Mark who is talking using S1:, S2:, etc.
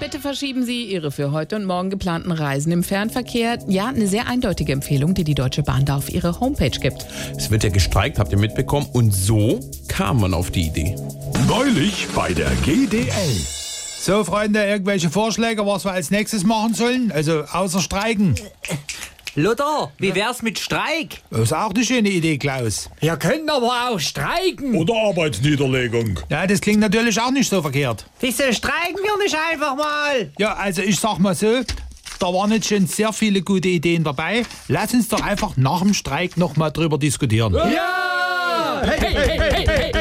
S1: Bitte verschieben Sie Ihre für heute und morgen geplanten Reisen im Fernverkehr. Ja, eine sehr eindeutige Empfehlung, die die Deutsche Bahn da auf ihre Homepage gibt.
S2: Es wird ja gestreikt, habt ihr mitbekommen. Und so kam man auf die Idee.
S3: Neulich bei der GDL.
S4: So, Freunde, irgendwelche Vorschläge, was wir als nächstes machen sollen? Also außer streiken.
S5: Luther, wie wär's mit Streik?
S4: Das ist auch eine schöne Idee, Klaus.
S5: Wir können aber auch streiken.
S3: Oder Arbeitsniederlegung.
S4: Ja, das klingt natürlich auch nicht so verkehrt.
S5: Wieso streiken wir nicht einfach mal?
S4: Ja, also ich sag mal so, da waren jetzt schon sehr viele gute Ideen dabei. Lass uns doch einfach nach dem Streik nochmal drüber diskutieren.
S5: Hey, hey, hey, hey, hey.